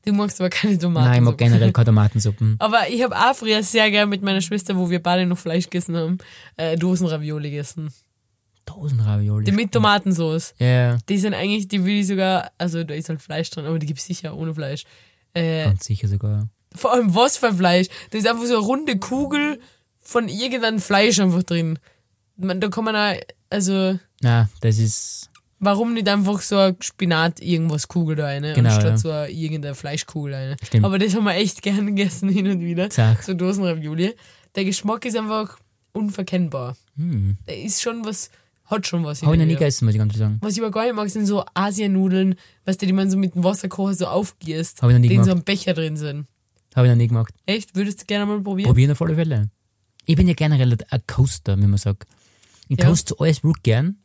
Du magst aber keine Tomaten. Nein, ich mag generell keine Tomatensuppen. Aber ich habe auch früher sehr gern mit meiner Schwester, wo wir beide noch Fleisch gegessen haben, äh, Dosenravioli gegessen. Dosenravioli. Die mit Tomatensauce. Ja, ja, Die sind eigentlich, die will ich sogar, also da ist halt Fleisch drin, aber die gibt's sicher ohne Fleisch. Äh, ganz sicher sogar. vor allem was für Fleisch? Da ist einfach so eine runde Kugel von irgendeinem Fleisch einfach drin. Man, da kann man auch, also, Na, das ist, warum nicht einfach so ein Spinat irgendwas Kugel da eine, Genau, anstatt ja. so eine, irgendeine Fleischkugel eine. Stimmt. Aber das haben wir echt gerne gegessen hin und wieder. Zack. So Dosenravioli. Der Geschmack ist einfach unverkennbar. hm, Der ist schon was, hat schon was. hin habe ich und noch nie wieder. gegessen, muss ich ganz ehrlich sagen. Was ich aber gar nicht mag, sind so Asiennudeln, weißt du, die man so mit dem Wasserkocher so aufgießt, Hab ich noch nie die in so gemacht. einem Becher drin sind. Habe ich noch nie gemacht. Echt? Würdest du gerne mal probieren? Probieren auf alle Fälle. Ich bin ja generell ein Coaster, wie man sagt. Ich Ja. koste alles wirklich gern.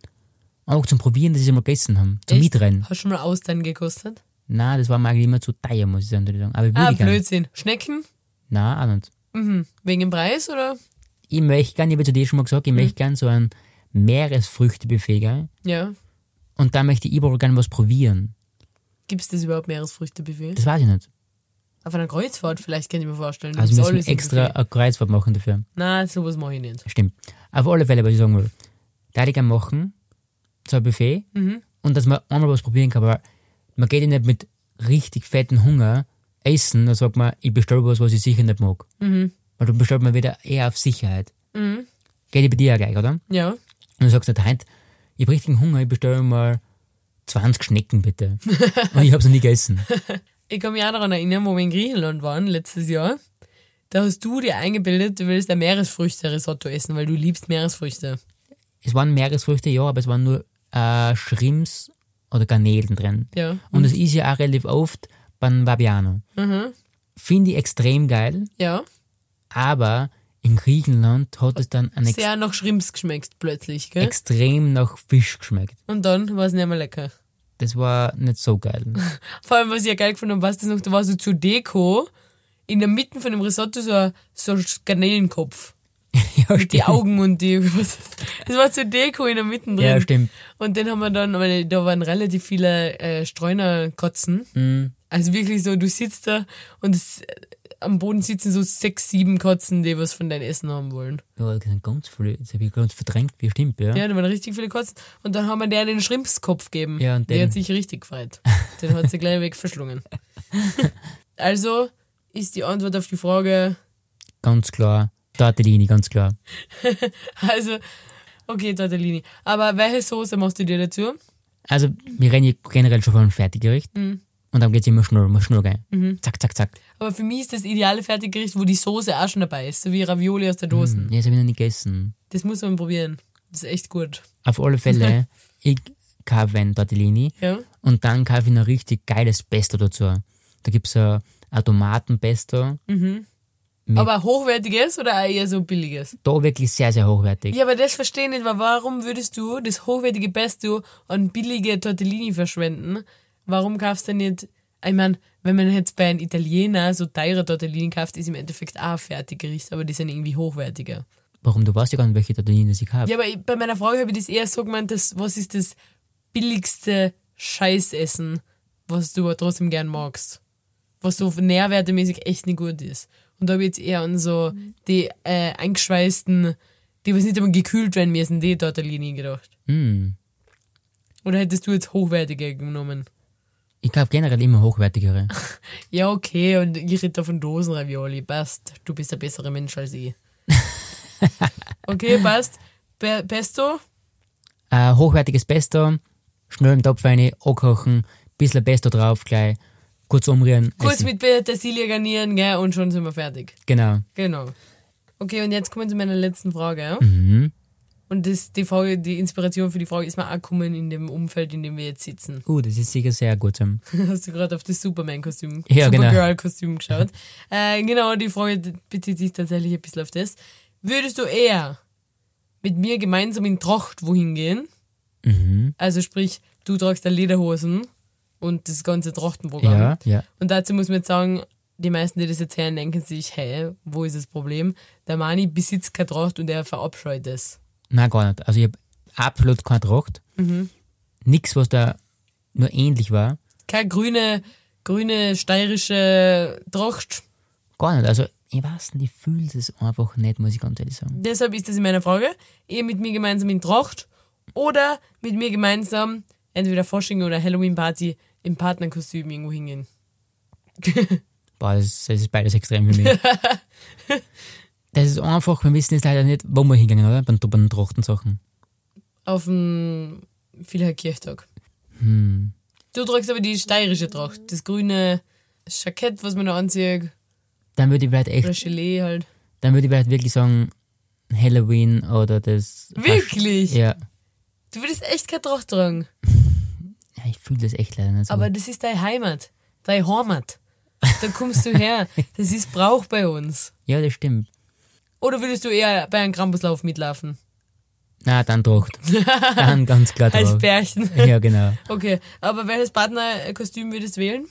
Auch zum Probieren, dass ich mal gegessen habe. Zum Echt? Mitrennen. Hast du schon mal Austern gekostet? Nein, das war mir eigentlich immer zu teuer, muss ich sagen. ehrlich sagen. Aber ich Ah, würde gern. Blödsinn. Schnecken? Nein, auch nicht. Mhm. Wegen dem Preis oder? Ich möchte gern, ich habe zu dir schon mal gesagt, ich möchte gern so ein Meeresfrüchtebuffet, gell? Ja. Und da möchte ich überall gern was probieren. Gibt es das überhaupt Meeresfrüchtebuffet? Das weiß ich nicht. Auf einer Kreuzfahrt vielleicht, kann ich mir vorstellen. Also Wenn's müssen alles wir im extra Buffet- eine Kreuzfahrt machen dafür. Nein, sowas mache ich nicht. Stimmt. Auf alle Fälle, was ich sagen will. Da hätte ich gerne machen, so ein Buffet, und dass man einmal was probieren kann, aber man geht ja nicht mit richtig fetten Hunger essen, dann sagt man, ich bestelle was, was ich sicher nicht mag. Weil du bestellt man wieder eher auf Sicherheit. Geht ja bei dir auch gleich, oder? Und Ja. du sagst nicht, heute, ich habe richtigen Hunger, ich bestelle mal 20 Schnecken bitte. und ich habe es noch nie gegessen. Ich kann mich auch daran erinnern, wo wir in Griechenland waren, letztes Jahr. Da hast du dir eingebildet, du willst ein Meeresfrüchte-Risotto essen, weil du liebst Meeresfrüchte. Es waren Meeresfrüchte, ja, aber es waren nur äh, Schrimps oder Garnelen drin. Ja. Und es ist ja auch relativ oft beim Vabiano. Mhm. Finde ich extrem geil, Ja. aber in Griechenland hat es dann ein ex Sehr nach Schrimps geschmeckt plötzlich, gell? extrem nach Fisch geschmeckt. Und dann war es nicht mehr lecker. Das war nicht so geil. Vor allem, was ich ja geil gefunden habe, weißt du noch, da war so zur Deko in der Mitte von dem Risotto so ein, so ein Garnelenkopf. ja, Die stimmt. Augen und die. Was ist, das war zur Deko in der Mitte drin. Ja, stimmt. Und den haben wir dann, weil da waren relativ viele äh, Streunerkotzen. Mhm. Also wirklich so, du sitzt da und es, äh, am Boden sitzen so sechs, sieben Kotzen, die was von deinem Essen haben wollen. Ja, das sind ganz viele, das habe ich ganz verdrängt, wie stimmt, ja. Ja, da waren richtig viele Kotzen. Und dann haben wir der den Schrimpskopf gegeben. Ja, und der den- hat sich richtig gefreut. Den hat sie gleich weg verschlungen. also ist die Antwort auf die Frage, Ganz klar. Tortellini, ganz klar. also, okay, Tortellini. Aber welche Soße machst du dir dazu? Also, wir reden ja generell schon von einem Fertiggericht. Mhm. Und dann geht es immer schnell, muss schnell gehen. Zack, zack, zack. Aber für mich ist das ideale Fertiggericht, wo die Soße auch schon dabei ist, so wie Ravioli aus der Dose. Ja, das habe Mhm. ich noch nie gegessen. Das muss man probieren. Das ist echt gut. Auf alle Fälle, ich kaufe ein Tortellini. Ja? Und dann kaufe ich noch richtig geiles Pesto dazu. Da gibt es ein ein Tomatenpesto. Mhm. Ja. Aber hochwertiges oder auch eher so billiges? Da wirklich sehr, sehr hochwertig. Ja, aber das verstehe ich nicht, weil warum würdest du das hochwertige Pesto an billige Tortellini verschwenden? Warum kaufst du nicht, ich meine, wenn man jetzt bei einem Italiener so teure Tortellini kauft, ist im Endeffekt auch ein Fertiggericht, aber die sind irgendwie hochwertiger. Warum? Du weißt ja gar nicht, welche Tortellini das ich habe. Ja, aber ich, bei meiner Frage habe ich das eher so gemeint, dass, was ist das billigste Scheißessen, was du aber trotzdem gern magst? Was so nährwertemäßig echt nicht gut ist. Und da habe ich jetzt eher an so die äh, eingeschweißten, die was nicht einmal gekühlt werden müssen, die Tortellini gedacht. Hm. Oder hättest du jetzt hochwertige genommen? Ich kaufe generell immer hochwertigere. Ja, okay, und ich rede da von Dosenravioli. Passt, du bist ein besserer Mensch als ich. okay, passt. Pe Pesto? äh, hochwertiges Pesto, schnell im Topf rein, ankochen, bisschen Pesto drauf gleich, kurz umrühren. Kurz essen. mit Petersilie garnieren, gell, und schon sind wir fertig. Genau. Mhm. Genau. Okay, und jetzt kommen wir zu meiner letzten Frage. Und das, die Frage, die Inspiration für die Frage ist mir auch gekommen in dem Umfeld, in dem wir jetzt sitzen. Gut, Uh, das ist sicher sehr gut. ähm, Hast du gerade auf das Superman-Kostüm, Ja, genau. Supergirl-Kostüm geschaut. äh, genau, die Frage bezieht sich tatsächlich ein bisschen auf das. Würdest du eher mit mir gemeinsam in Tracht wohin gehen? Mhm. Also sprich, du tragst da Lederhosen und das ganze Trachtenprogramm. Ja, ja. Und dazu muss man jetzt sagen, die meisten, die das jetzt hören, denken sich, hey, wo ist das Problem? Der Mani besitzt keine Tracht und er verabscheut es. Nein, gar nicht. Also ich habe absolut keine Tracht. Mhm. Nichts, was da nur ähnlich war. Keine grüne, grüne, steirische Tracht. Gar nicht. Also ich weiß nicht, ich fühle es einfach nicht, muss ich ganz ehrlich sagen. Deshalb ist das in meiner Frage, ihr mit mir gemeinsam in Tracht oder mit mir gemeinsam entweder Fasching oder Halloween-Party im Partnerkostüm irgendwo hingehen. Boah, das, ist- das ist beides extrem für mich. das ist einfach, wir wissen jetzt leider nicht, wo wir hingehen, oder? Bei, den- bei den Trachtensachen. Auf dem Kirchtag. Hm. Du trägst aber die steirische Tracht, das grüne Jackett, was man da anzieht, Dann würde ich vielleicht oder echt, Gelee halt. dann würde ich vielleicht wirklich sagen, Halloween oder das. Wirklich? Ja. Du würdest echt keine Tracht tragen. ja ich fühle das echt leider nicht so. Aber das ist deine Heimat, deine Heimat. Da kommst du her. Das ist Brauch bei uns. ja, das stimmt. Oder würdest du eher bei einem Krampuslauf mitlaufen? Na, dann Tracht. dann ganz klar Als Tracht. Pärchen. Ja, genau. Okay, aber welches Partnerkostüm würdest du wählen?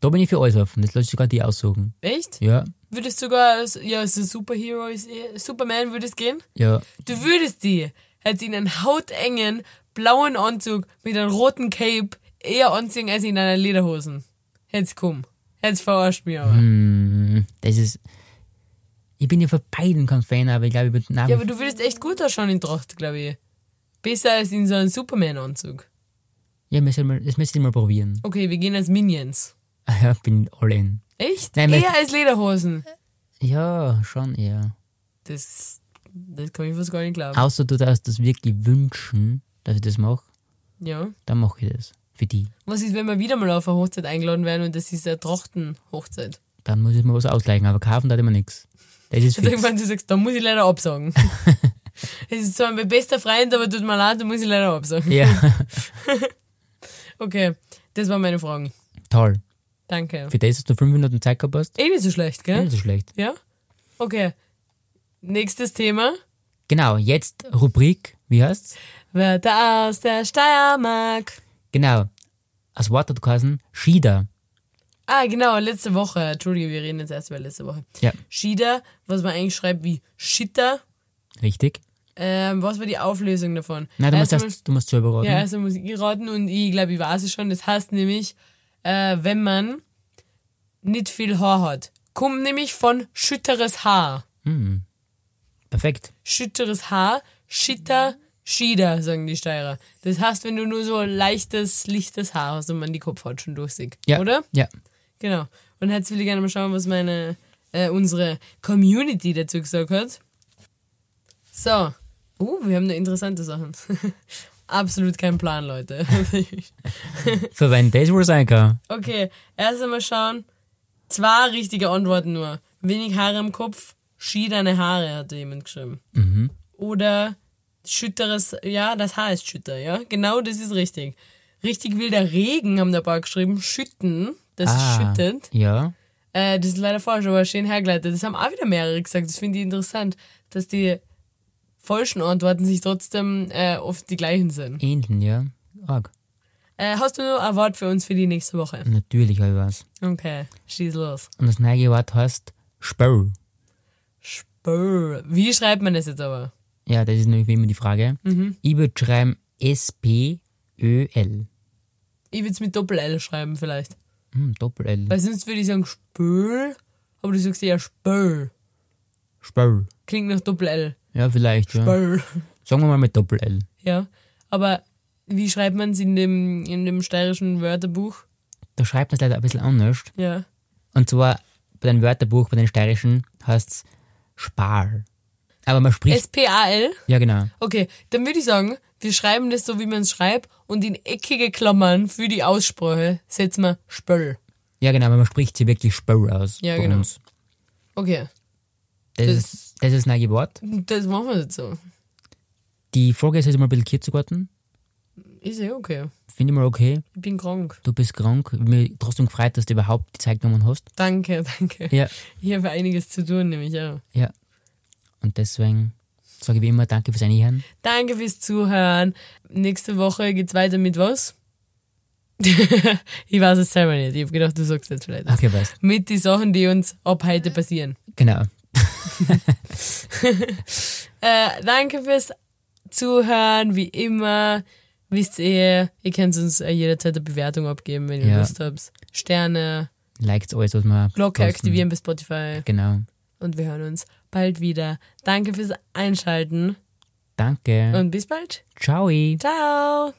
Da bin ich für alles offen. Das lasse ich sogar die aussuchen. Echt? Ja, Würdest sogar, als- ja, als Superhero, ist eh- Superman würdest gehen? ja. Du würdest die, als in einen hautengen, blauen Anzug mit einem roten Cape eher anziehen als in einer Lederhosen. Hätt's komm. Hätt's verarscht mich aber. Hm, das ist. Ich bin ja von beiden kein Fan, aber ich glaube, ich würde. nein, Ja, aber du würdest echt gut ausschauen in Tracht, glaube ich. Besser als in so einem Superman-Anzug. ja müssen wir- das müsste ich mal probieren. Okay, wir gehen als Minions. Ja, bin all in. Echt? Nein, eher als Lederhosen. Ja, schon eher. Das, das kann ich fast gar nicht glauben. Außer du darfst das wirklich wünschen, dass ich das mache, Ja. dann mache ich das. Für die. Was ist, wenn wir wieder mal auf eine Hochzeit eingeladen werden und das ist eine Trachten-Hochzeit? Dann muss ich mir was ausleihen, aber kaufen darf ich mir nichts. Das ist Jetzt fix. irgendwann du sagst, da muss ich leider absagen. Es ist zwar mein bester Freund, aber tut mir leid, da muss ich leider absagen. Ja, Okay, das waren meine Fragen. toll. Danke. Für das hast du fünf Minuten Zeit gehabt hast. Eh nicht so schlecht, Ja. gell? Nicht so schlecht. Ja? Okay. Nächstes Thema. Genau, jetzt Rubrik, wie heißt's? Wörter aus der Steiermark. Genau. Als Wort hat geheißen, Shida. Ah, genau, letzte Woche. Entschuldige, wir reden jetzt erst über letzte Woche. Ja, Shida, was man eigentlich schreibt wie Shitter. richtig. Ähm, was war die Auflösung davon? Nein, du musst, Erstmal- erst, du musst selber raten. Ähm, Ja, erstmal muss ich raten und ich glaube, ich weiß es schon. Das heißt nämlich, äh, wenn man nicht viel Haar hat. Kommt nämlich von schütteres Haar. Perfekt. Schütteres Haar, Schitter, Schieder, sagen die Steirer. Das heißt, wenn du nur so leichtes, lichtes Haar hast und man die Kopfhaut schon durchsieht. Ja. Oder? Ja. Genau. Und jetzt will ich gerne mal schauen, was meine, äh, unsere Community dazu gesagt hat. So. Uh, wir haben da interessante Sachen. Absolut kein Plan, Leute. Für wen das wohl sein kann. okay, erst einmal schauen. Zwei richtige Antworten nur. Wenig Haare im Kopf, schied deine Haare, hat jemand geschrieben. Oder schütteres, ja, das Haar ist schütter, ja. Genau das ist richtig. Richtig wilder Regen haben da ein paar geschrieben. Schütten, das schüttet. Ja. Äh, das ist leider falsch, aber schön hergeleitet. Das haben auch wieder mehrere gesagt. Das finde ich interessant, dass die falschen Antworten sich trotzdem äh, oft die gleichen sind. Ähnlichen, ja. Arg. Äh, hast du noch ein Wort für uns für die nächste Woche? Natürlich habe ich was. Okay, schieß los. Und das neue Wort heißt Spell. Spur. Wie schreibt man das jetzt aber? Ja, das ist nämlich wie immer die Frage. Mhm. Ich würde schreiben S-P-Ö-L. Ich würde es mit Doppel-L schreiben vielleicht. Hm, Doppel-L. Weil sonst würde ich sagen Spül, aber du sagst ja Spül. Spell. Klingt nach Doppel-L. Ja, vielleicht. Ja. Spül. Sagen wir mal mit Doppel-L. Ja, aber wie schreibt man es in dem, in dem steirischen Wörterbuch? Da schreibt man es leider ein bisschen anders. Ja. Und zwar bei dem Wörterbuch, bei den steirischen, heißt es Spar. Aber man spricht. S-P-A-L? ja, genau. Okay, dann würde ich sagen, wir schreiben das so, wie man es schreibt und in eckige Klammern für die Aussprache setzen wir Spöll. Ja, genau, aber man spricht sie wirklich Spell aus. Ja, bei genau. Uns. Okay, Das, Das- ist, das ist ein Wort. das machen wir jetzt so. Die Folge ist jetzt mal ein bisschen kürzer geworden. Ist ja okay. Finde ich mal okay. Ich bin krank. Du bist krank. Mir trotzdem gefreut, dass du überhaupt die Zeit genommen hast. Danke, danke. Ja, Ich habe einiges zu tun, nämlich auch. ja. Und deswegen sage ich wie immer Danke fürs Einhören. Danke fürs Zuhören. Nächste Woche geht's weiter mit was? ich weiß es selber nicht. Ich habe gedacht, du sagst jetzt vielleicht. Okay, was? Mit den Sachen, die uns ab heute passieren. Genau. Äh, danke fürs Zuhören, wie immer. Wisst ihr, ihr könnt uns äh, jederzeit eine Bewertung abgeben, wenn ihr Ja. Lust habt. Sterne, Liked alles, was wir. Glocke posten. aktivieren bei Spotify. Genau. Und wir hören uns bald wieder. Danke fürs Einschalten Danke. und bis bald. Ciao. Ciao.